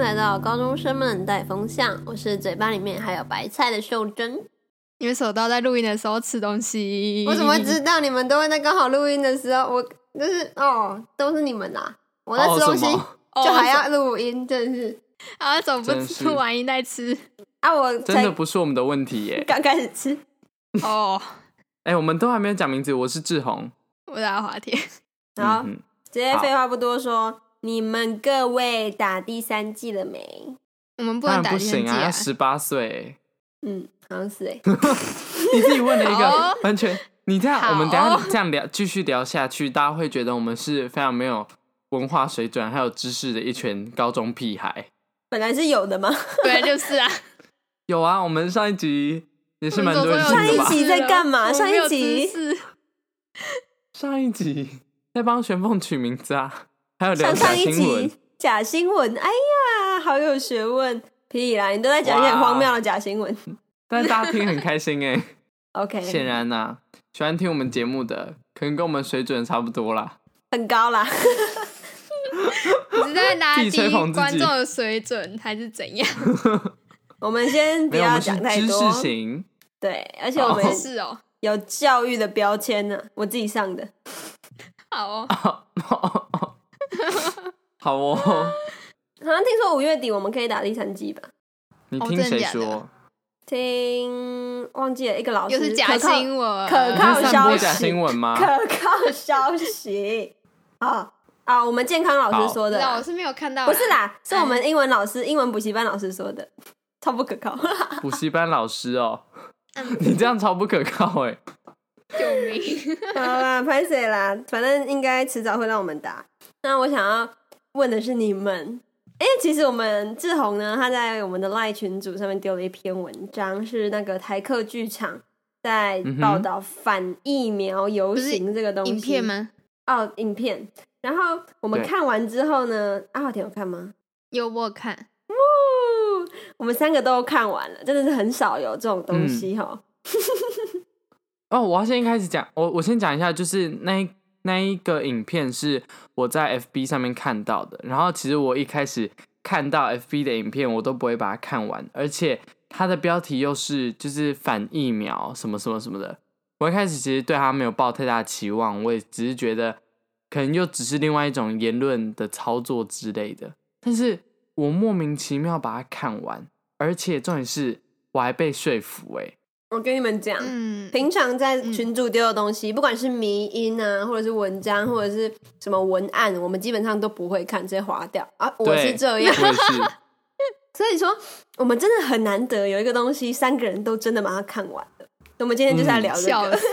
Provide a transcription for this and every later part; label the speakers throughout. Speaker 1: 来到高中生们带风向，我是嘴巴里面还有白菜的秀珍。
Speaker 2: 你们手到在录音的时候吃东西，
Speaker 1: 我怎么会知道你们都会在刚好录音的时候？我就是哦，都是你们啦。我在吃东西，
Speaker 3: 哦
Speaker 1: 就
Speaker 3: 什 么
Speaker 1: 还要录音，真的是
Speaker 2: 啊？怎么不
Speaker 3: 真
Speaker 2: 吃
Speaker 3: 是
Speaker 2: 完音再 吃？
Speaker 1: 啊！我
Speaker 3: 真
Speaker 1: 才
Speaker 3: 的不是我们的问题 耶。
Speaker 1: 刚开始吃，
Speaker 2: 哦，
Speaker 3: 哎、我们都还没有讲名字，我是志宏。
Speaker 2: 我打滑铁，
Speaker 1: 好，
Speaker 3: 嗯嗯
Speaker 1: 直接废话不多说，你们各位打第三季了没？
Speaker 2: 我们不
Speaker 3: 当
Speaker 2: 能打
Speaker 3: 然不
Speaker 2: 电竞
Speaker 3: 行啊，
Speaker 2: 啊
Speaker 3: 要！十八岁。
Speaker 1: 嗯，好像是哎、
Speaker 3: 你自己问了一
Speaker 2: 好哦
Speaker 3: 个完全，你这样
Speaker 2: 好哦
Speaker 3: 我们等一下这样聊，继续聊下去，大家会觉得我们是非常没有文化水准还有知识的一群高中屁孩。
Speaker 1: 本来是有的嘛。
Speaker 2: 本来就是啊，
Speaker 3: 有啊，我们上一集也是
Speaker 2: 我们
Speaker 3: 蛮多人
Speaker 2: 总
Speaker 3: 听
Speaker 2: 算有知
Speaker 3: 的吧
Speaker 1: 上？一集
Speaker 2: 识
Speaker 1: 在
Speaker 2: 了
Speaker 1: 干嘛
Speaker 2: 我们
Speaker 1: 上一
Speaker 2: 没有
Speaker 1: 集
Speaker 2: 知识
Speaker 3: 上一集在帮玄凤取名字啊，还有聊
Speaker 1: 上上
Speaker 3: 假
Speaker 1: 一
Speaker 3: 新闻
Speaker 1: 集。假新闻，哎呀，好有学问！屁啦，你都在讲一些很
Speaker 3: 哇
Speaker 1: 荒谬的假新闻。
Speaker 3: 但是大家听很开心哎、
Speaker 1: OK，
Speaker 3: 显然呐、喜欢听我们节目的，可能跟我们水准差不多啦。
Speaker 1: 很高啦。
Speaker 2: 你是在拉
Speaker 3: 自己吹捧
Speaker 2: 低
Speaker 3: 自
Speaker 2: 观
Speaker 3: 己
Speaker 2: 众的水准还是怎样？
Speaker 1: 我们先不
Speaker 3: 没有，我
Speaker 1: 要
Speaker 3: 们是
Speaker 1: 讲太
Speaker 3: 知
Speaker 1: 多
Speaker 3: 识，型，
Speaker 1: 对，而且我们
Speaker 3: 好
Speaker 2: 是哦，
Speaker 1: 有教育的标签呢、我自己上的。
Speaker 2: 好哦，
Speaker 3: 好哦。
Speaker 1: 好像听说五月底我们可以打第三季吧？
Speaker 3: 你
Speaker 2: 哦
Speaker 3: 听
Speaker 2: 真的
Speaker 3: 谁
Speaker 2: 假的
Speaker 3: 说？
Speaker 1: 听忘记了一个老师，
Speaker 2: 又是假
Speaker 1: 可靠
Speaker 2: 新闻，
Speaker 1: 可
Speaker 3: 你
Speaker 1: 靠
Speaker 3: 在散播
Speaker 1: 消息
Speaker 3: 假新闻吗？
Speaker 1: 可靠 消息啊啊！我们健康老师
Speaker 3: 好
Speaker 1: 说的
Speaker 2: 那
Speaker 1: 啦，
Speaker 2: 我是没有看到，
Speaker 1: 不是，啦，是我
Speaker 2: 哎
Speaker 1: 们英文老师、英文补习班老师说的，超不可靠。
Speaker 3: 补习班老师哦，
Speaker 2: 嗯
Speaker 3: 你这样超不可靠哎。
Speaker 2: 救命！
Speaker 1: 好啦，拍谁啦？反正应该迟早会让我们打。那我想要问的是你们，哎、其实我们志宏呢，他在我们的赖群组上面丢了一篇文章，是那个台客剧场在报道反疫苗游行这个东西。
Speaker 2: 嗯影片？吗？
Speaker 1: 哦，影片。然后我们
Speaker 3: 对
Speaker 1: 看完之后呢，阿华田有看吗？
Speaker 2: 有我有看，
Speaker 1: 哦，我们三个都看完了，真的是很少有这种东
Speaker 2: 嗯
Speaker 1: 西哈、
Speaker 3: 哦，我要先开始讲，我我先讲一下，就是那一那一个影片是我在 FB 上面看到的，然后其实我一开始看到 FB 的影片，我都不会把它看完，而且它的标题又是就是反疫苗什么什么什么的，我一开始其实对它没有抱太大期望，我也只是觉得可能又只是另外一种言论的操作之类的，但是我莫名其妙把它看完，而且重点是我还被说服欸诶、
Speaker 1: 我跟你们讲，
Speaker 2: 嗯，
Speaker 1: 平常在群主丢的东西，不管是迷音啊，或者是文章，或者是什么文案，我们基本上都不会看，直接划掉啊。我
Speaker 3: 对
Speaker 1: 是这样，
Speaker 3: 我也是。
Speaker 1: 所以说我们真的很难得有一个东西，三个人都真的把它看完了。我们今天就是在聊这
Speaker 2: 嗯笑
Speaker 1: 个。
Speaker 2: 死，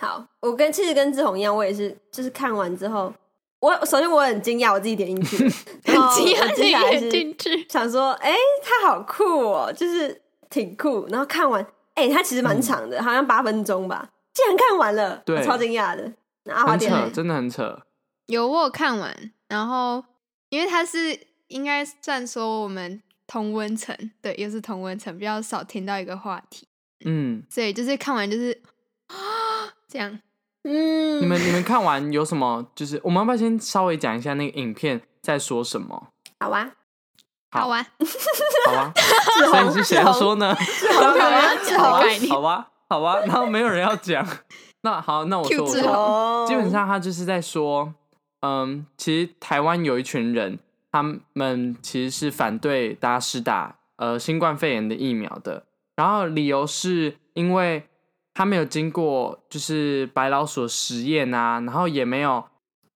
Speaker 1: 好，我跟其实跟志宏一样，我也是，就是看完之后，我首先我很惊讶，我自己点进去， 很
Speaker 2: 很惊
Speaker 1: 哦我
Speaker 2: 讶
Speaker 1: 接下来
Speaker 2: 这
Speaker 1: 是
Speaker 2: 个进去，
Speaker 1: 想说，哎、他好酷哦，就是挺酷。然后看完，哎、他其实蛮长的，好像八分钟吧，竟然看完了，
Speaker 3: 对
Speaker 1: 我超惊讶的。那阿华
Speaker 3: 很
Speaker 1: 店
Speaker 3: 扯，
Speaker 1: 呢，
Speaker 3: 真的很扯。
Speaker 2: 有我有看完，然后因为它是应该算说我们同温层，对，又是同温层，比较少听到一个话题，
Speaker 3: 嗯，
Speaker 2: 所以就是看完就是 啊这样，
Speaker 1: 嗯，
Speaker 3: 你们你们看完有什么？就是我们要不要先稍微讲一下那个影片在说什么？
Speaker 1: 好啊，
Speaker 3: 好
Speaker 2: 好玩，
Speaker 3: 好 吧，
Speaker 1: 志
Speaker 3: 所以
Speaker 1: 宏
Speaker 3: 是谁要？说呢？
Speaker 1: 志宏
Speaker 2: 干嘛
Speaker 1: 要
Speaker 2: 要
Speaker 1: 志
Speaker 2: 讲
Speaker 3: 好吧
Speaker 1: 宏，
Speaker 2: 概念，
Speaker 3: 好吧，好吧，然后没有人要讲。那好，那我
Speaker 2: Q
Speaker 3: 说我
Speaker 2: 志
Speaker 3: 说
Speaker 2: 宏
Speaker 1: 哦
Speaker 3: 基本上他就是在说，嗯，其实台湾有一群人，他们其实是反对大家施打呃新冠肺炎的疫苗的，然后理由是因为他没有经过就是白老鼠的实验啊，然后也没有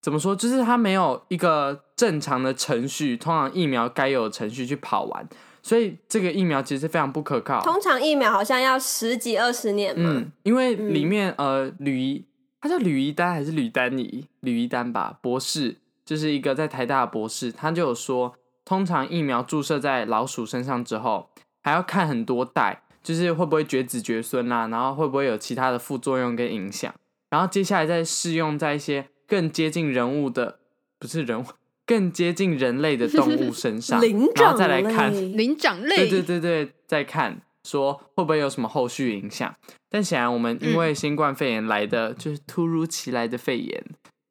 Speaker 3: 怎么说，就是他没有一个正常的程序，通常疫苗该有的程序去跑完，所以这个疫苗其实非常不可靠。
Speaker 1: 通常疫苗好像要十几二十年嘛，
Speaker 3: 嗯，因为里面、呃，吕怡，他叫吕怡丹还是吕丹怡？吕怡丹吧，博士，就是一个在台大的博士，他就有说，通常疫苗注射在老鼠身上之后，还要看很多代，就是会不会绝子绝孙啦、然后会不会有其他的副作用跟影响，然后接下来再试用在一些更接近人物的，不是人物，更接近人类的动物身上，
Speaker 1: 灵
Speaker 3: 然
Speaker 1: 长
Speaker 3: 后再来看。
Speaker 1: 类
Speaker 2: 灵长类，
Speaker 3: 对对对对，再看说会不会有什么后续影响。但显然我们因为新冠肺炎来的、就是突如其来的肺炎，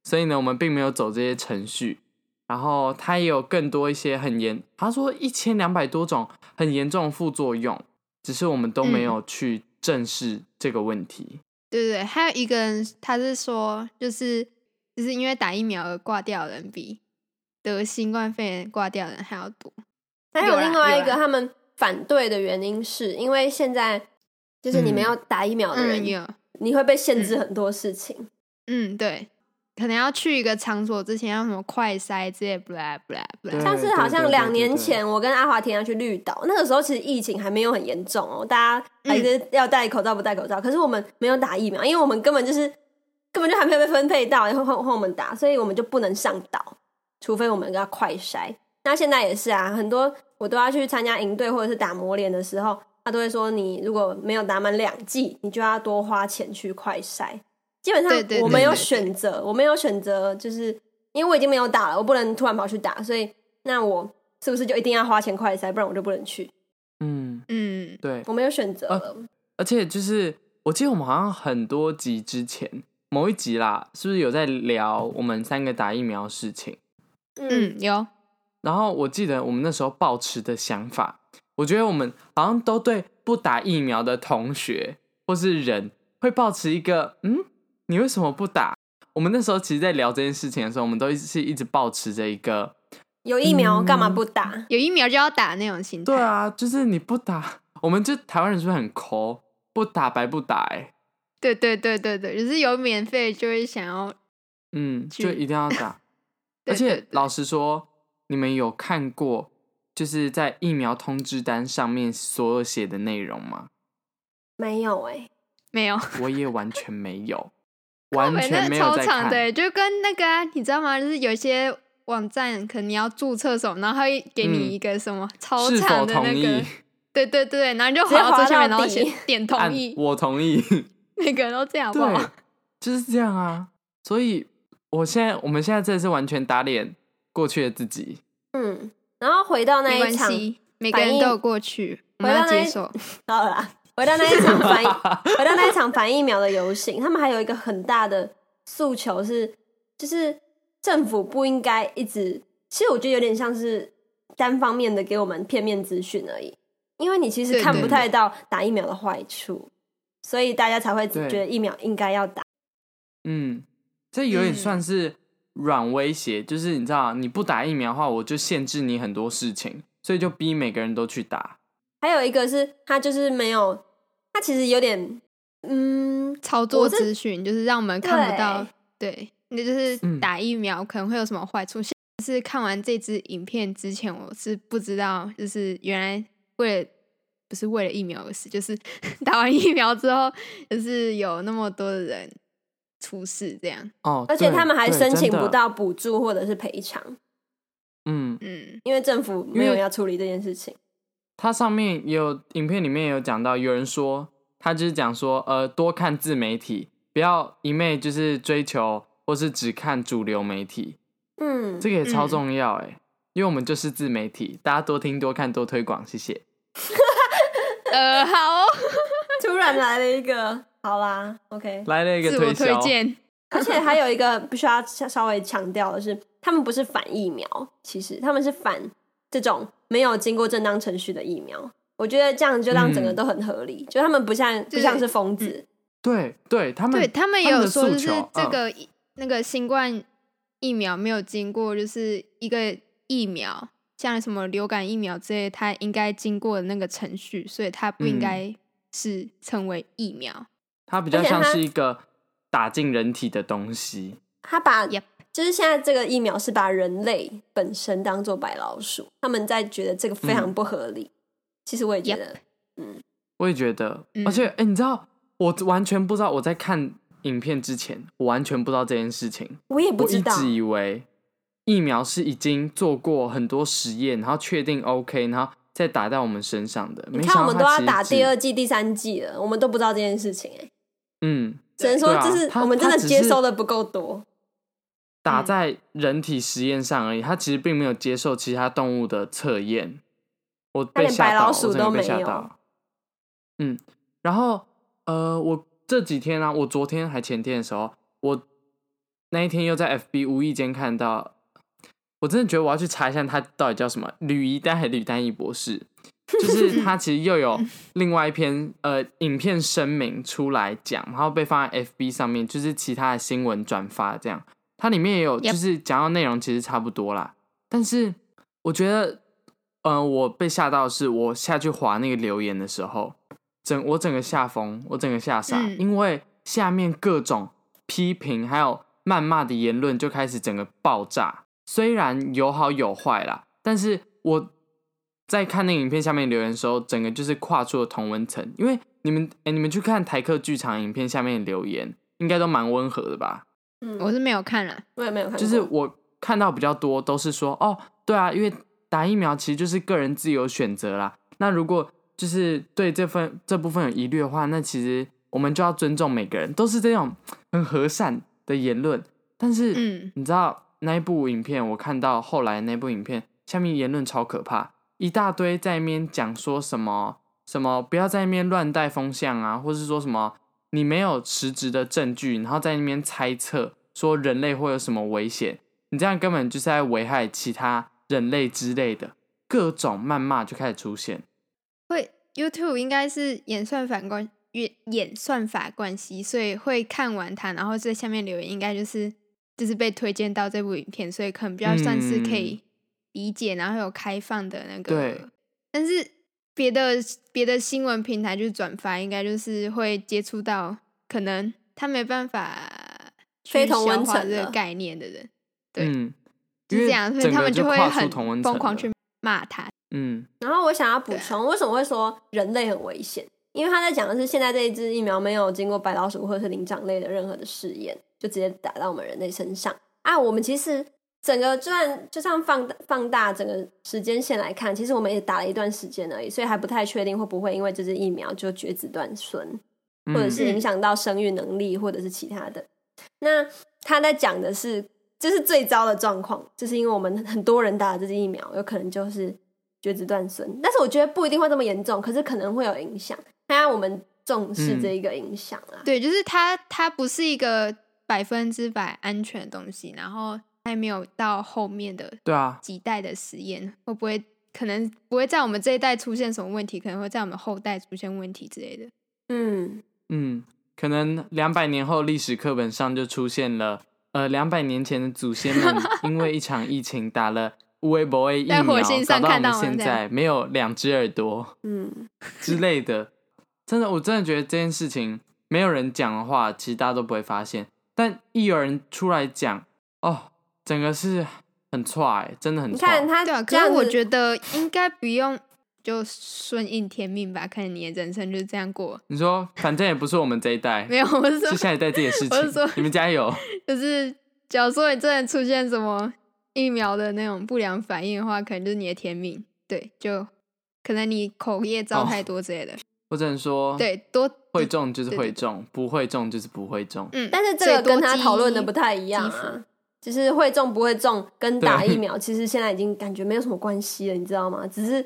Speaker 3: 所以呢，我们并没有走这些程序。然后它也有更多一些很严，他说一千两百多种很严重的副作用，只是我们都没有去正视这个问题。
Speaker 2: 对对对，还有一个人他是说，就是就是因为打疫苗而挂掉的人比得新冠肺炎挂掉的人还要多。
Speaker 1: 还
Speaker 2: 有
Speaker 1: 有
Speaker 2: 啦
Speaker 1: 另外一
Speaker 2: 有
Speaker 1: 个，他们反对的原因是因为现在就是你没有打疫苗的人，
Speaker 2: 嗯，有，
Speaker 1: 你会被限制很多事情。
Speaker 2: 嗯，对，可能要去一个场所之前要什么快筛之类，不啦不啦不
Speaker 3: 对
Speaker 2: 啦。
Speaker 1: 上次好像两年前，我跟阿华田要去绿岛，那个时候其实疫情还没有很严重哦，大家
Speaker 3: 嗯
Speaker 1: 还是要戴口罩不戴口罩。可是我们没有打疫苗，因为我们根本就是根本就还没有被分配到，然后换换我们打，所以我们就不能上岛，除非我们要快筛。那现在也是啊，很多我都要去参加营队或者是打磨脸的时候，他都会说你如果没有打满两剂，你就要多花钱去快筛。基本上
Speaker 2: 对对对
Speaker 1: 我没有
Speaker 2: 对对
Speaker 1: 选择，我没有选择，就是因为我已经没有打了，我不能突然跑去打，所以那我是不是就一定要花钱快筛，不然我就不能去？
Speaker 3: 嗯，
Speaker 2: 嗯，
Speaker 3: 对，
Speaker 1: 我没有选择了。
Speaker 3: 而且就是我记得我们好像很多集之前某一集啦，是不是有在聊我们三个打疫苗的事情？
Speaker 1: 嗯，
Speaker 2: 嗯，有，
Speaker 3: 然后我记得我们那时候抱持的想法，我觉得我们好像都对不打疫苗的同学或是人会抱持一个嗯，你为什么不打？我们那时候其实，在聊这件事情的时候，我们都一直是一直抱持着一个，
Speaker 1: 有疫苗
Speaker 3: 嗯
Speaker 1: 干嘛不打？
Speaker 2: 有疫苗就要打那种心态。
Speaker 3: 对，啊， 就是你不打，我们就台湾人是不是很抠？不打白不打、欸，
Speaker 2: 对对对对对，就是有免费就会想要。
Speaker 3: 嗯，
Speaker 2: 去
Speaker 3: 就一定要打。
Speaker 2: 对
Speaker 3: 而且
Speaker 2: 对
Speaker 3: 老实说，你们有看过就是在疫苗通知单上面所有写的内容吗？
Speaker 1: 没有哎、
Speaker 2: 没有，
Speaker 3: 我也完全没 有，
Speaker 2: 我
Speaker 3: 完
Speaker 2: 们那
Speaker 3: 全
Speaker 2: 个
Speaker 3: 没有
Speaker 2: 超
Speaker 3: 在
Speaker 2: 长
Speaker 3: 看。
Speaker 2: 的欸，就跟那个啊、你知道吗？就是有一些网站可能你要注册什么，然后他会给你
Speaker 3: 嗯
Speaker 2: 一个什么超
Speaker 3: 是
Speaker 2: 长
Speaker 3: 否
Speaker 2: 的
Speaker 3: 同
Speaker 2: 那个
Speaker 3: 意，？
Speaker 2: 对对对，然后你就
Speaker 1: 直接
Speaker 2: 滑到最
Speaker 1: 滑
Speaker 2: 下面，
Speaker 1: 到
Speaker 2: 然后
Speaker 1: 底
Speaker 2: 写点同
Speaker 3: 按
Speaker 2: 意，
Speaker 3: 我同意。
Speaker 2: 每个人都这样好不
Speaker 3: 对
Speaker 2: 好？，
Speaker 3: 就是这样啊。所以我现在，我们现在真的是完全打脸过去的自己。
Speaker 1: 嗯，然后回到那
Speaker 2: 没
Speaker 1: 一
Speaker 2: 关
Speaker 1: 场，
Speaker 2: 系，每个
Speaker 1: 反
Speaker 2: 人都有
Speaker 1: 应
Speaker 2: 过去，我
Speaker 1: 回
Speaker 2: 们
Speaker 1: 到那
Speaker 2: 要接
Speaker 1: 一
Speaker 2: 受。
Speaker 1: 好了啦，回到那一场反 回到那一场反疫苗的游行，他们还有一个很大的诉求是，就是政府不应该一直，其实我觉得有点像是单方面的给我们片面资讯而已，因为你其实
Speaker 2: 对
Speaker 1: 看
Speaker 3: 对
Speaker 1: 不太到打疫苗的坏处，所以大家才会只
Speaker 3: 对
Speaker 1: 觉得疫苗应该要打。
Speaker 3: 嗯，这有点
Speaker 2: 嗯
Speaker 3: 算是软威胁，就是你知道，你不打疫苗的话，我就限制你很多事情，所以就逼每个人都去打。
Speaker 1: 还有一个是他就是没有，他其实有点，嗯，
Speaker 2: 操作
Speaker 1: 我是
Speaker 2: 资讯，就是让我们看不到，对，那就是
Speaker 3: 嗯
Speaker 2: 打疫苗可能会有什么坏处。像是看完这支影片之前，我是不知道，就是原来为了不是为了疫苗而死，就是 打完疫苗之后，就是有那么多的人出事，这样，
Speaker 3: 哦，
Speaker 1: 而且
Speaker 3: 对
Speaker 1: 他们还
Speaker 3: 对
Speaker 1: 申请
Speaker 3: 真的
Speaker 1: 不到补助或者是赔偿，
Speaker 3: 嗯，
Speaker 2: 嗯，
Speaker 1: 因为政府没
Speaker 3: 因
Speaker 1: 有
Speaker 3: 为
Speaker 1: 要处理这件事情。
Speaker 3: 它上面也有影片里面也有讲到，有人说他就是讲说，呃，多看自媒体，不要一昧就是追求或是只看主流媒体，
Speaker 1: 嗯，
Speaker 3: 这个也
Speaker 2: 嗯
Speaker 3: 超重要哎、因为我们就是自媒体，大家多听、多看、多推广，谢谢。
Speaker 2: 呃，好哦、
Speaker 1: 突然来了一个，好啦，OK。
Speaker 3: 来了一个
Speaker 2: 自我
Speaker 3: 推
Speaker 2: 推
Speaker 3: 销，
Speaker 2: 荐，
Speaker 1: 而且还有一 个必须要稍微强调的是，他们不是反疫苗，其实他们是反这种没有经过正当程序的疫苗。我觉得这样就让整个
Speaker 3: 嗯
Speaker 1: 都很合理，就他们不像
Speaker 2: 就
Speaker 1: 不
Speaker 2: 是
Speaker 1: 像是疯子，
Speaker 3: 对对，他们
Speaker 2: 对他们也
Speaker 3: 他们
Speaker 2: 有
Speaker 3: 的
Speaker 2: 说，
Speaker 3: 诉
Speaker 2: 就是
Speaker 3: 求
Speaker 2: 这
Speaker 3: 嗯
Speaker 2: 个、那个新冠疫苗没有经过，就是一个疫苗，像什么流感疫苗之类，它应该经过的那个程序，所以它不应
Speaker 3: 嗯
Speaker 2: 该是成为疫苗。
Speaker 3: 它比较
Speaker 1: 而且
Speaker 3: 像
Speaker 1: 它
Speaker 3: 是一个打进人体的东西，
Speaker 1: 他把
Speaker 2: Yep
Speaker 1: 就是现在这个疫苗是把人类本身当做白老鼠，他们在觉得这个非常不合理。
Speaker 3: 嗯
Speaker 1: 其实我也觉得
Speaker 3: 我也觉得，
Speaker 2: 嗯
Speaker 3: 而且哎、诶你知道，我完全不知道我在看影片之前，我完全不知道这件事情。
Speaker 1: 我也不
Speaker 3: 我
Speaker 1: 知
Speaker 3: 一
Speaker 1: 道，
Speaker 3: 直以为疫苗是已经做过很多实验，然后确定 OK，然后再打到我们身上的。没
Speaker 1: 你
Speaker 3: 想
Speaker 1: 看我
Speaker 3: 到
Speaker 1: 们都要
Speaker 3: 它
Speaker 1: 打
Speaker 3: 其实只
Speaker 1: 第二，季、第三季了，我们都不知道这件事情、哎，
Speaker 3: 嗯，
Speaker 1: 只能说
Speaker 3: 对啊
Speaker 1: 这是
Speaker 3: 它
Speaker 1: 我们真的
Speaker 3: 它只是
Speaker 1: 接收的不够多。
Speaker 3: 打
Speaker 2: 嗯
Speaker 3: 在人体实验上而已，它其实并没有接受其他动物的测验。我被
Speaker 1: 连
Speaker 3: 吓
Speaker 1: 白
Speaker 3: 到，
Speaker 1: 老
Speaker 3: 我
Speaker 1: 鼠
Speaker 3: 真的
Speaker 1: 都
Speaker 3: 被
Speaker 1: 没
Speaker 3: 吓
Speaker 1: 有
Speaker 3: 到。嗯，然后呃，我这几天啊，我昨天还前天的时候，我那一天又在 FB 无意间看到我真的觉得我要去查一下他到底叫什么，吕一丹还是吕丹一 博士？就是他其实又有另外一篇呃影片声明出来讲，然后被放在 FB 上面，就是其他的新闻转发这样。它里面也有
Speaker 2: Yep
Speaker 3: 就是讲到内容其实差不多啦，但是我觉得，嗯、我被吓到的是我下去划那个留言的时候，整我整个吓疯，我整个吓傻，
Speaker 2: 嗯
Speaker 3: 因为下面各种批评还有谩骂的言论就开始整个爆炸。虽然有好有坏啦，但是我在看那个影片下面留言的时候，整个就是跨出了同温层。因为你们，哎、你们去看台客剧场影片下面的留言，应该都蛮温和的吧？
Speaker 1: 嗯，
Speaker 2: 我是没有看啦，
Speaker 1: 我也没有看过，
Speaker 3: 就是我看到比较多都是说，哦，对啊，因为打疫苗其实就是个人自由选择啦。那如果就是对这份这部分有疑虑的话，那其实我们就要尊重每个人，都是这种很和善的言论。但是，
Speaker 2: 嗯，
Speaker 3: 你知道那一部影片，我看到后来那部影片下面言论超可怕，一大堆在那边讲说什么什么不要在那边乱带风向啊，或是说什么你没有实质的证据，然后在那边猜测说人类会有什么危险，你这样根本就是在危害其他人类之类的各种谩骂就开始出现。
Speaker 2: 会 YouTube 应该是演算法关演演算法关系，所以会看完它，然后在下面留言，应该就是就是被推荐到这部影片，所以可能比较算是可以理解，然后有开放的那
Speaker 3: 嗯对
Speaker 2: 个。但是别的别的新闻平台就是转发，应该就是会接触到可能他没办法去
Speaker 1: 非同温
Speaker 2: 消化
Speaker 1: 层
Speaker 2: 这个
Speaker 1: 了
Speaker 2: 概念的人，对
Speaker 3: 嗯，
Speaker 2: 就
Speaker 3: 因
Speaker 2: 是
Speaker 3: 为
Speaker 2: 这样，所以
Speaker 3: 整
Speaker 2: 他
Speaker 3: 个
Speaker 2: 们
Speaker 3: 就
Speaker 2: 会
Speaker 3: 跨出
Speaker 2: 很
Speaker 3: 同温
Speaker 2: 疯
Speaker 3: 层
Speaker 2: 狂
Speaker 3: 了
Speaker 2: 去骂他。
Speaker 3: 嗯，
Speaker 1: 然后我想要补充，为什么会说人类很危险？因为他在讲的是现在这一支疫苗没有经过白老鼠或者是灵长类的任何的试验，就直接打到我们人类身上啊！我们其实整个就算就算放大放大整个时间线来看，其实我们也打了一段时间而已，所以还不太确定会不会因为这支疫苗就绝子断孙。
Speaker 3: 嗯
Speaker 1: 或者是影响到生育能力，或者是其他的。那他在讲的是，这是最糟的状况，就是因为我们很多人打了这支疫苗，有可能就是绝子断孙。但是我觉得不一定会这么严重，可是可能会有影响。那我们重视
Speaker 2: 嗯
Speaker 1: 这一个影响啊，
Speaker 2: 对，就是它它不是一个百分之百安全的东西，然后还没有到后面的
Speaker 3: 对啊，
Speaker 2: 几代的实验，会不会可能不会在我们这一代出现什么问题，可能会在我们后代出现问题之类的。
Speaker 1: 嗯，
Speaker 3: 嗯，可能两百年后历史课本上就出现了，呃，两百年前的祖先 们因为一场疫情打了无微博疫苗，
Speaker 2: 在火星
Speaker 3: 搞
Speaker 2: 上
Speaker 3: 到我
Speaker 2: 看
Speaker 3: 们
Speaker 2: 到我们
Speaker 3: 现
Speaker 2: 这样
Speaker 3: 在没有两只耳朵
Speaker 1: 嗯，
Speaker 3: 之类的。真的，我真的觉得这件事情没有人讲的话，其实大家都不会发现，但一有人出来讲，哦，整个是很错哎、真的很
Speaker 1: 你
Speaker 3: 错。
Speaker 1: 看他
Speaker 2: 对啊，
Speaker 1: 这
Speaker 2: 可是
Speaker 1: 样
Speaker 2: 我
Speaker 1: 子
Speaker 2: 觉得应该不用就顺应天命吧，可能你的人生就是这样过。
Speaker 3: 你说，反正也不是我们这一代，
Speaker 2: 没有，我是
Speaker 3: 是
Speaker 2: 说，
Speaker 3: 下一代自己的事
Speaker 2: 我是说
Speaker 3: 情，你们加油。
Speaker 2: 就是假如说你真的出现什么疫苗的那种不良反应的话，可能就是你的天命。对，就可能你口业
Speaker 3: 哦
Speaker 2: 招太多之类 的。
Speaker 3: 我只能说，
Speaker 2: 对，多
Speaker 3: 会中就是
Speaker 2: 对
Speaker 3: 会
Speaker 2: 对对
Speaker 3: 中，不会中就是不会中。
Speaker 2: 嗯，
Speaker 1: 但是这
Speaker 2: 所以
Speaker 1: 个跟
Speaker 2: 多
Speaker 1: 他
Speaker 2: 积
Speaker 1: 讨论的不太一样
Speaker 2: 积福
Speaker 1: 啊。就是会中不会中，跟打
Speaker 3: 对
Speaker 1: 疫苗其实现在已经感觉没有什么关系了，你知道吗？只是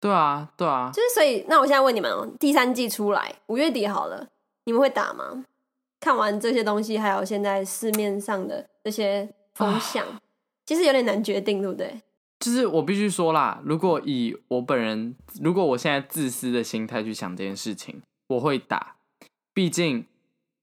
Speaker 3: 对啊，对啊
Speaker 1: 就，是所以，那我现在问你们哦，第三季出来五月底好了，你们会打吗？看完这些东西，还有现在市面上的这些风向，
Speaker 3: 啊
Speaker 1: 其实有点难决定，对不对？
Speaker 3: 就是我必须说啦，如果以我本人，如果我现在自私的心态去想这件事情，我会打，毕竟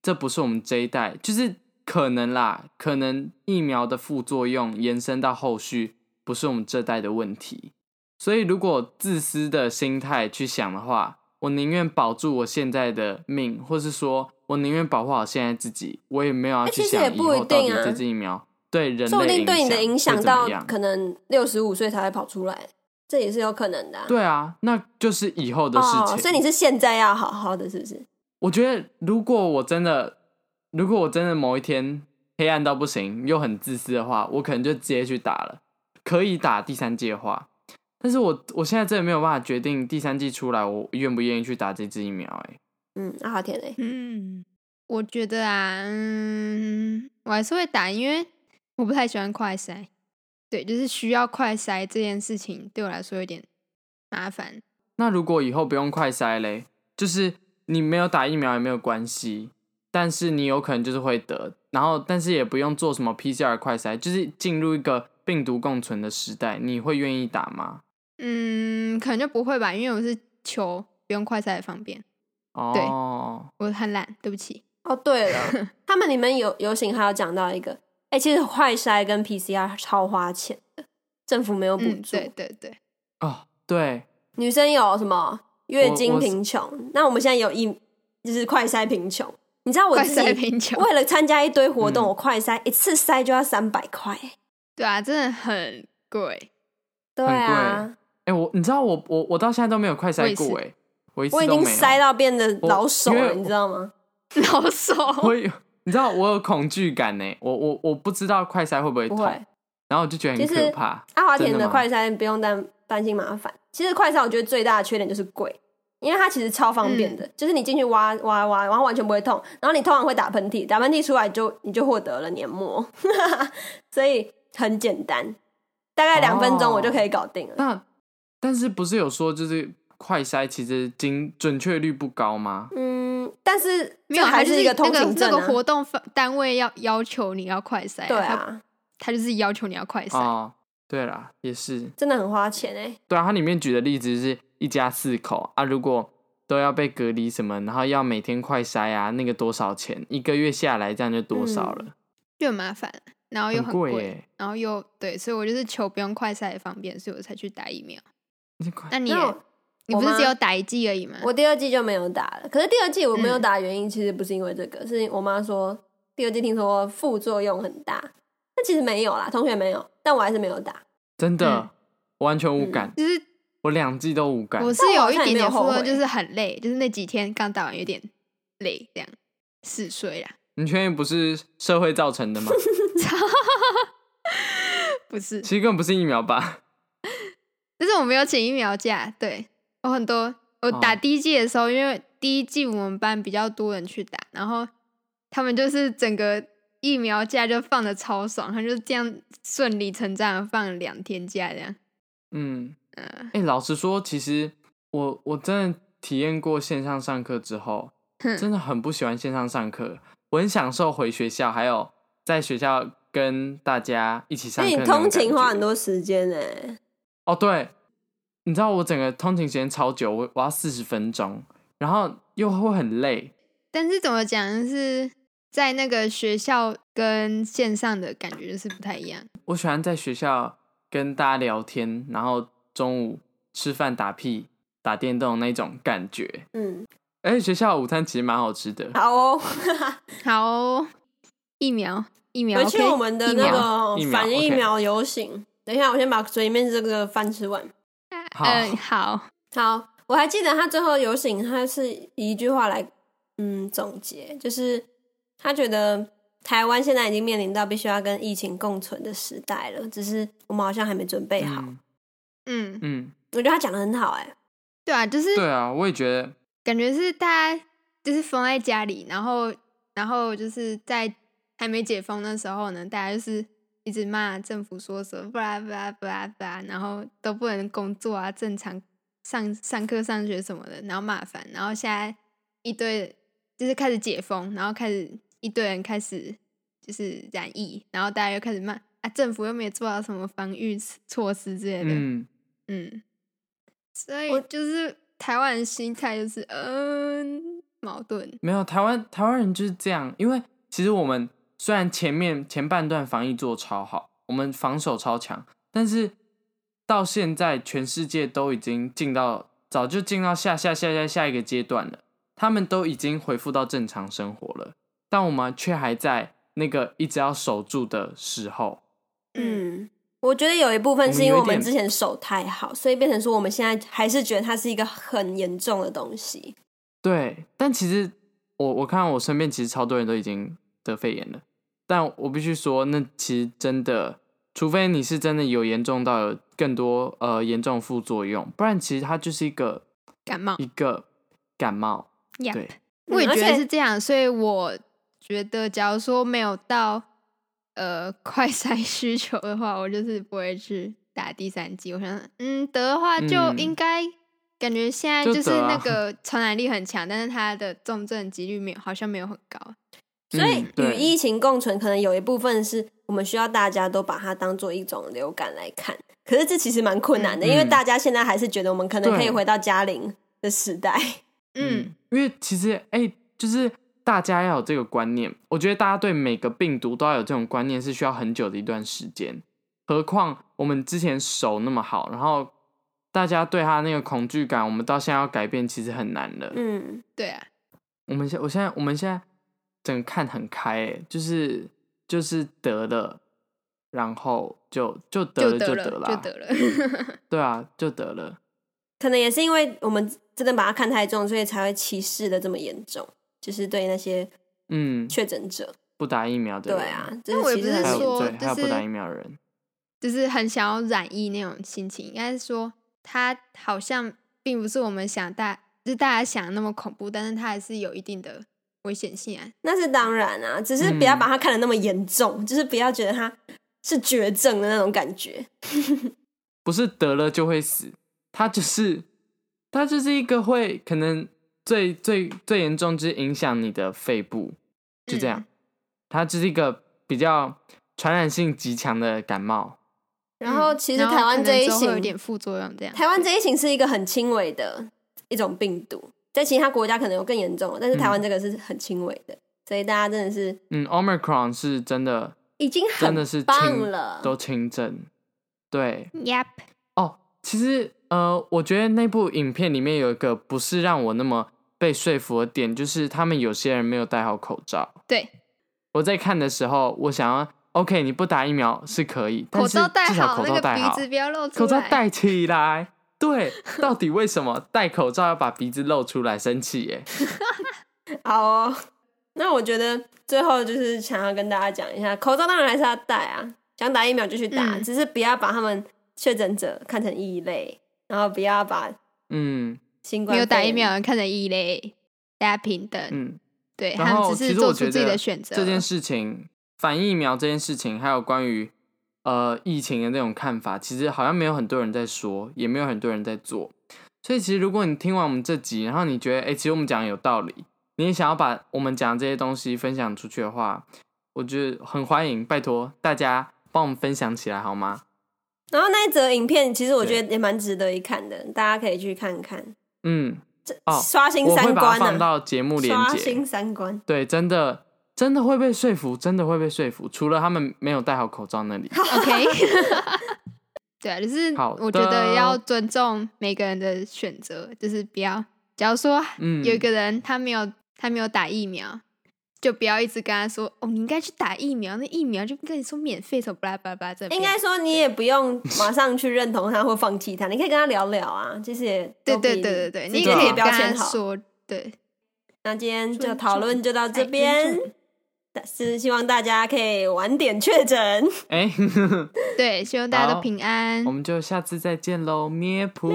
Speaker 3: 这不是我们这一代，就是可能啦，可能疫苗的副作用延伸到后续，不是我们这代的问题。所以如果自私的心态去想的话，我宁愿保住我现在的命，或是说我宁愿保护好现在自己，我也没有要
Speaker 1: 哎
Speaker 3: 去
Speaker 1: 其实
Speaker 3: 想
Speaker 1: 也
Speaker 3: 以
Speaker 1: 不一
Speaker 3: 后到底
Speaker 1: 定啊
Speaker 3: 这支疫苗对人类
Speaker 1: 说不定对你的影
Speaker 3: 会
Speaker 1: 响
Speaker 3: 怎么
Speaker 1: 到
Speaker 3: 样
Speaker 1: 可能六十五岁才会跑出来，这也是有可能的、啊。
Speaker 3: 对啊，那就是以后的事情。
Speaker 1: 哦，所以你是现在要好好的，是不是？
Speaker 3: 我觉得如果我真的，如果我真的某一天黑暗到不行，又很自私的话，我可能就直接去打了。可以打第三季的话，但是我我现在真的没有办法决定第三季出来，我愿不愿意去打这支疫苗、欸。
Speaker 1: 嗯，阿华田 嘞，
Speaker 2: 嗯，我觉得啊，嗯，我还是会打，因为我不太喜欢快筛。对，就是需要快筛这件事情对我来说有点麻烦。
Speaker 3: 那如果以后不用快筛嘞，就是你没有打疫苗也没有关系，但是你有可能就是会得，然后但是也不用做什么 PCR 快筛，就是进入一个病毒共存的时代，你会愿意打吗？
Speaker 2: 嗯，可能就不会吧，因为我是求不用快筛的方便，
Speaker 3: 哦，
Speaker 2: 我很懒，对不起。
Speaker 1: 哦，对了，他们里面有游行还有讲到一个，哎、其实快筛跟 PCR 超花钱的，政府没有补
Speaker 2: 嗯，
Speaker 1: 助。
Speaker 2: 对对对，
Speaker 3: 哦，对，
Speaker 1: 女生有什么月
Speaker 3: 我
Speaker 1: 经
Speaker 3: 我是
Speaker 1: 贫穷？那我们现在有一就是快筛贫穷，你知道我
Speaker 2: 快
Speaker 1: 自
Speaker 2: 筛
Speaker 1: 己
Speaker 2: 贫穷，
Speaker 1: 为了参加一堆活动，
Speaker 3: 嗯
Speaker 1: 我快筛一次筛就要三百块。
Speaker 2: 对啊，真的很贵。
Speaker 1: 对啊，
Speaker 3: 哎、我你知道我我我到现在都没有快
Speaker 2: 我
Speaker 3: 筛
Speaker 2: 也是
Speaker 3: 过哎、我一次
Speaker 1: 我已
Speaker 3: 都
Speaker 1: 经
Speaker 3: 没有
Speaker 1: 筛到变得
Speaker 3: 我
Speaker 1: 老手
Speaker 3: 因为
Speaker 1: 了，
Speaker 3: 我
Speaker 1: 你知道吗？
Speaker 2: 老手，
Speaker 3: 我有， 你知道我有恐惧感呢，我我我不知道快塞会不会
Speaker 1: 不
Speaker 3: 痛，
Speaker 1: 会，
Speaker 3: 然后我就觉得很
Speaker 1: 其实
Speaker 3: 可怕。
Speaker 1: 阿华田
Speaker 3: 真的
Speaker 1: 的
Speaker 3: 吗
Speaker 1: 快餐不用担担心麻烦。其实快餐我觉得最大的缺点就是贵，因为它其实超方便
Speaker 2: 嗯
Speaker 1: 的，就是你进去挖挖挖，然后完全不会痛，然后你通常会打喷嚏，打喷嚏出来就你就获得了黏膜， 所以很简单，大
Speaker 2: 哦
Speaker 1: 概两分钟我就可以搞定了。
Speaker 3: 那但是不是有说就是快筛其实精准确率不高吗？
Speaker 1: 嗯，但是
Speaker 2: 没有，
Speaker 1: 这还
Speaker 2: 它就是
Speaker 1: 一个通
Speaker 2: 那个
Speaker 1: 行
Speaker 2: 那
Speaker 1: 证
Speaker 2: 个
Speaker 1: 啊。
Speaker 2: 活动方单位要要求你要快筛，
Speaker 1: 对
Speaker 2: 它
Speaker 1: 啊，
Speaker 2: 它就是要求你要快筛，
Speaker 3: 哦，对啦，也是，
Speaker 1: 真的很花钱哎、
Speaker 3: 对啊，它里面举的例子是一家四口啊，如果都要被隔离什么，然后要每天快筛啊，那个多少钱？一个月下来这样就多少了？
Speaker 2: 就很麻烦，然哦后又
Speaker 3: 很贵
Speaker 2: 贵
Speaker 3: 耶，
Speaker 2: 然后又对，所以我就是求不用快筛的方便，所以我才去打疫苗。
Speaker 3: 那快
Speaker 2: 那你
Speaker 1: 啊那
Speaker 2: 也
Speaker 1: 我
Speaker 2: 你不
Speaker 1: 我
Speaker 2: 是
Speaker 1: 吗
Speaker 2: 只有打一剂而已吗？
Speaker 1: 我第二季就没有打了，可是第二季我
Speaker 3: 嗯
Speaker 1: 没有打的原因其实不是因为这个，是我妈说第二季听说副作用很大，那其实没有啦，同学没有，但我还是没有打。
Speaker 3: 真的、
Speaker 2: 嗯
Speaker 3: 我完全无感，
Speaker 2: 就是
Speaker 3: 我两季都无感。
Speaker 2: 我是
Speaker 1: 嗯但我好
Speaker 2: 有一
Speaker 1: 像也
Speaker 2: 点
Speaker 1: 没有
Speaker 2: 点副
Speaker 1: 后
Speaker 2: 作用，
Speaker 1: 悔
Speaker 2: 就是很累，就是那几天刚打完有点累，这样嗜睡啦，
Speaker 3: 你确定不是社会造成 的吗？
Speaker 2: 不是，
Speaker 3: 其实根本不是疫苗吧？
Speaker 2: 但是我没有请疫苗假，对我很多，我打
Speaker 3: 哦
Speaker 2: 第一季的时候，因为第一季我们班比较多人去打，然后他们就是整个疫苗假就放的超爽，他们就这样顺理成章的放两天假这样，
Speaker 3: 嗯，
Speaker 2: 嗯、
Speaker 3: 哎、老实说，其实我我真的体验过线上上课之后，
Speaker 2: 哼
Speaker 3: 真的很不喜欢线上上课，我很享受回学校，还有在学校跟大家一起
Speaker 1: 所
Speaker 3: 上课。
Speaker 1: 以你通勤花很。多时间欸呢、
Speaker 3: 哦，对，你知道我整个通勤时间超久，我我要四十分钟，然后又会很累。
Speaker 2: 但是怎么讲是在那个学校跟线上的感觉就是不太一样，
Speaker 3: 我喜欢在学校跟大家聊天，然后中午吃饭打屁、打电动那种感觉。
Speaker 1: 嗯，
Speaker 3: 而且学校的午餐其实蛮好吃的。
Speaker 1: 好哦，
Speaker 2: 好哦、疫苗疫苗
Speaker 1: 回去
Speaker 2: OK，
Speaker 1: 我们的
Speaker 2: 疫
Speaker 1: 那
Speaker 2: 苗
Speaker 1: 个
Speaker 3: 疫苗
Speaker 1: 反疫
Speaker 3: OK
Speaker 1: 苗游行。等一下，我先把嘴里面这个饭吃完。
Speaker 3: 好
Speaker 2: 嗯好，
Speaker 1: 好，我还记得他最后游行，他是以一句话来嗯总结，就是他觉得台湾现在已经面临到必须要跟疫情共存的时代了，只是我们好像还没准备好。
Speaker 3: 嗯
Speaker 2: 嗯，
Speaker 3: 嗯，
Speaker 1: 我觉得他讲的很好、哎，
Speaker 2: 对啊，就是
Speaker 3: 对啊，我也觉得，
Speaker 2: 感觉是大家就是封在家里，然后然后就是在还没解封的时候呢，大家就是一直骂政府说什么不啦不啦不啦不啦，然后都不能工作啊，正常上上课上学什么的，然后麻烦，然后现在一堆就是开始解封，然后开始一堆人开始就是染疫，然后大家又开始骂啊，政府又没有做到什么防御措施之类的，
Speaker 3: 嗯，
Speaker 2: 嗯，所以
Speaker 1: 我
Speaker 2: 就是台湾人心态就是嗯矛盾，
Speaker 3: 没有台湾台湾人就是这样，因为其实我们虽然前面前半段防疫做超好，我们防守超强，但是到现在全世界都已经进到早就进到下下下下下一个阶段了，他们都已经恢复到正常生活了，但我们却还在那个一直要守住的时候。
Speaker 2: 嗯，
Speaker 1: 嗯，我觉得有一部分是因为我
Speaker 3: 我们有
Speaker 1: 们
Speaker 3: 一点
Speaker 1: 之前手太好，所以变成说我们现在还是觉得它是一个很严重的东西。
Speaker 3: 对，但其实我我看我身边其实超多人都已经得肺炎了，但我必须说，那其实真的，除非你是真的有严重到有更多呃严重副作用，不然其实它就是一个
Speaker 2: 感冒
Speaker 3: 一个感冒。
Speaker 2: 呀
Speaker 3: 对
Speaker 2: 我也
Speaker 1: 嗯而
Speaker 2: 觉得
Speaker 1: 且
Speaker 2: 是这样，所以我觉得假如说没有到呃快 筛需求的话，我就是不会去打第三剂。我想，嗯，得的话就
Speaker 3: 嗯
Speaker 2: 应该、感觉现在
Speaker 3: 就
Speaker 2: 就是
Speaker 3: 得啊
Speaker 2: 那个传染力很强，但是它的重症几率没有，好像没有很高。
Speaker 1: 所以
Speaker 3: 嗯
Speaker 1: 与
Speaker 3: 对
Speaker 1: 疫情共存，可能有一部分是我们需要大家都把它当做一种流感来看。可是这其实蛮困难的，
Speaker 3: 嗯
Speaker 1: 因为大家现在还是觉得我们可能
Speaker 3: 对
Speaker 1: 可以回到嘉陵的时代。
Speaker 2: 嗯，
Speaker 3: 因为其实哎、就是大家要有这个观念，我觉得大家对每个病毒都要有这种观念，是需要很久的一段时间。何况我们之前手那么好，然后大家对他那个恐惧感，我们到现在要改变其实很难了。
Speaker 1: 嗯，
Speaker 2: 对啊，
Speaker 3: 我们现我现在我们现在整个看很开、欸，就是就是得了，然后就就得
Speaker 2: 就
Speaker 3: 了就
Speaker 2: 了，
Speaker 3: 了啊，
Speaker 2: 就得了。
Speaker 3: 对啊，就得了。
Speaker 1: 可能也是因为我们真的把它看太重，所以才会歧视的这么严重，就是对那些
Speaker 3: 嗯，
Speaker 1: 确诊者。
Speaker 3: 不打疫苗的
Speaker 1: 对
Speaker 3: 人，
Speaker 1: 啊，这
Speaker 2: 但我也
Speaker 1: 其
Speaker 2: 不
Speaker 1: 实
Speaker 2: 是
Speaker 3: 还
Speaker 1: 很
Speaker 3: 有
Speaker 2: 说
Speaker 3: 对，
Speaker 2: 就
Speaker 3: 还有不打
Speaker 2: 是
Speaker 3: 疫苗的人，
Speaker 2: 就是很想要染疫那种心情，应该是说它好像并不是我们想大，就是大家想的那么恐怖，但是它还是有一定的危险性啊。
Speaker 1: 那是当然啊，只是不要把它看得那么严重，
Speaker 3: 嗯
Speaker 1: 就是不要觉得它是绝症的那种感觉。
Speaker 3: 不是得了就会死，他就是他就是一个会可能最最最严重就是影响你的肺部，就这样，
Speaker 2: 嗯
Speaker 3: 它就是一个比较传染性极强的感冒。
Speaker 1: 然后
Speaker 2: 嗯
Speaker 1: 其实
Speaker 2: 然后
Speaker 1: 台湾
Speaker 2: 可能
Speaker 1: 这一
Speaker 2: 之后会有
Speaker 1: 型
Speaker 2: 点副作用，这样。
Speaker 1: 台湾这一型是一个很轻微的一种病毒，在其他国家可能有更严重，但是台湾这个是很轻微的，所以大家真的是
Speaker 3: 嗯，Omicron 是真的
Speaker 1: 已经很
Speaker 3: 真的是
Speaker 1: 棒
Speaker 3: 轻
Speaker 1: 了。
Speaker 3: 都轻症，对
Speaker 2: Yep，
Speaker 3: 哦。其实呃，我觉得那部影片里面有一个不是让我那么被说服的点，就是他们有些人没有戴好口罩。
Speaker 2: 对，
Speaker 3: 我在看的时候，我想要 OK，你不打疫苗是可以，但
Speaker 2: 口
Speaker 3: 是
Speaker 2: 罩戴
Speaker 3: 至少口罩
Speaker 2: 那个
Speaker 3: 戴好，
Speaker 2: 鼻子不要露出来。
Speaker 3: 口罩戴起来。对，到底为什么戴口罩要把鼻子露出来？生气耶！
Speaker 1: 好哦， 那我觉得最后就是想要跟大家讲一下，口罩当然还是要戴啊，想打疫苗就去打，
Speaker 2: 嗯
Speaker 1: 只是不要把他们确诊者看成异类，然后不要把
Speaker 3: 嗯
Speaker 1: 新冠
Speaker 2: 没有打
Speaker 1: 肺
Speaker 2: 疫
Speaker 1: 炎
Speaker 2: 苗的人看成异类，大家平等。
Speaker 3: 嗯，
Speaker 2: 对
Speaker 3: 然
Speaker 2: 他
Speaker 3: 后
Speaker 2: 们只
Speaker 3: 其
Speaker 2: 是
Speaker 3: 实我
Speaker 2: 做
Speaker 3: 觉
Speaker 2: 出
Speaker 3: 得
Speaker 2: 自己的选择。
Speaker 3: 这件事情，反疫苗这件事情，还有关于呃疫情的那种看法，其实好像没有很多人在说，也没有很多人在做。所以其实如果你听完我们这集，然后你觉得哎、诶其实我们讲的有道理，你也想要把我们讲的这些东西分享出去的话，我觉得很欢迎，拜托大家帮我们分享起来好吗？
Speaker 1: 然后那一则影片，其实我
Speaker 3: 对
Speaker 1: 觉得也蛮值得一看的，大家可以去看看，
Speaker 3: 嗯，哦，
Speaker 1: 刷新
Speaker 3: 我会
Speaker 1: 三
Speaker 3: 把它
Speaker 1: 观
Speaker 3: 放
Speaker 1: 呢、啊，
Speaker 3: 到节目连
Speaker 1: 刷
Speaker 3: 接
Speaker 1: 新。三观。
Speaker 3: 对，真的真的会被说服，真的会被说服。除了他们没有戴好口罩那里，
Speaker 2: OK，对啊，就是
Speaker 3: 好
Speaker 2: 我觉得
Speaker 3: 的
Speaker 2: 要尊重每个人的选择，就是不要，假如说
Speaker 3: 嗯，
Speaker 2: 有一个人他没有他没有打疫苗，就不要一直跟他说哦，你应该去打疫苗，那疫苗就跟你说免费什么巴拉巴拉巴拉这不
Speaker 1: 应
Speaker 2: 要
Speaker 1: 该说你也不用马上去认同他或放弃他，你可以跟他聊聊啊，其实也
Speaker 2: 对
Speaker 1: 都
Speaker 2: 对
Speaker 1: 比
Speaker 2: 对对对，
Speaker 1: 自
Speaker 2: 你
Speaker 1: 己
Speaker 2: 可
Speaker 3: 对
Speaker 1: 贴
Speaker 2: 以跟
Speaker 1: 标
Speaker 2: 他
Speaker 1: 签好。
Speaker 2: 说对，
Speaker 1: 那今天就
Speaker 2: 尊
Speaker 1: 讨论
Speaker 2: 重
Speaker 1: 就到这
Speaker 2: 哎尊
Speaker 1: 边
Speaker 2: 重，
Speaker 1: 但是希望大家可以晚点确诊，
Speaker 3: 哎，
Speaker 2: 对，希望大家
Speaker 3: 好
Speaker 2: 都平安
Speaker 3: 我。们就下次再见喽，咩噗！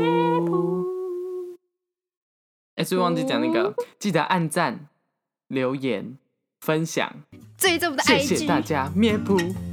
Speaker 3: 哎，是不是忘记讲那个，记得按赞、留言、分享，
Speaker 2: 这一周我们的
Speaker 3: 谢谢
Speaker 2: IG
Speaker 3: 大家，咩噗。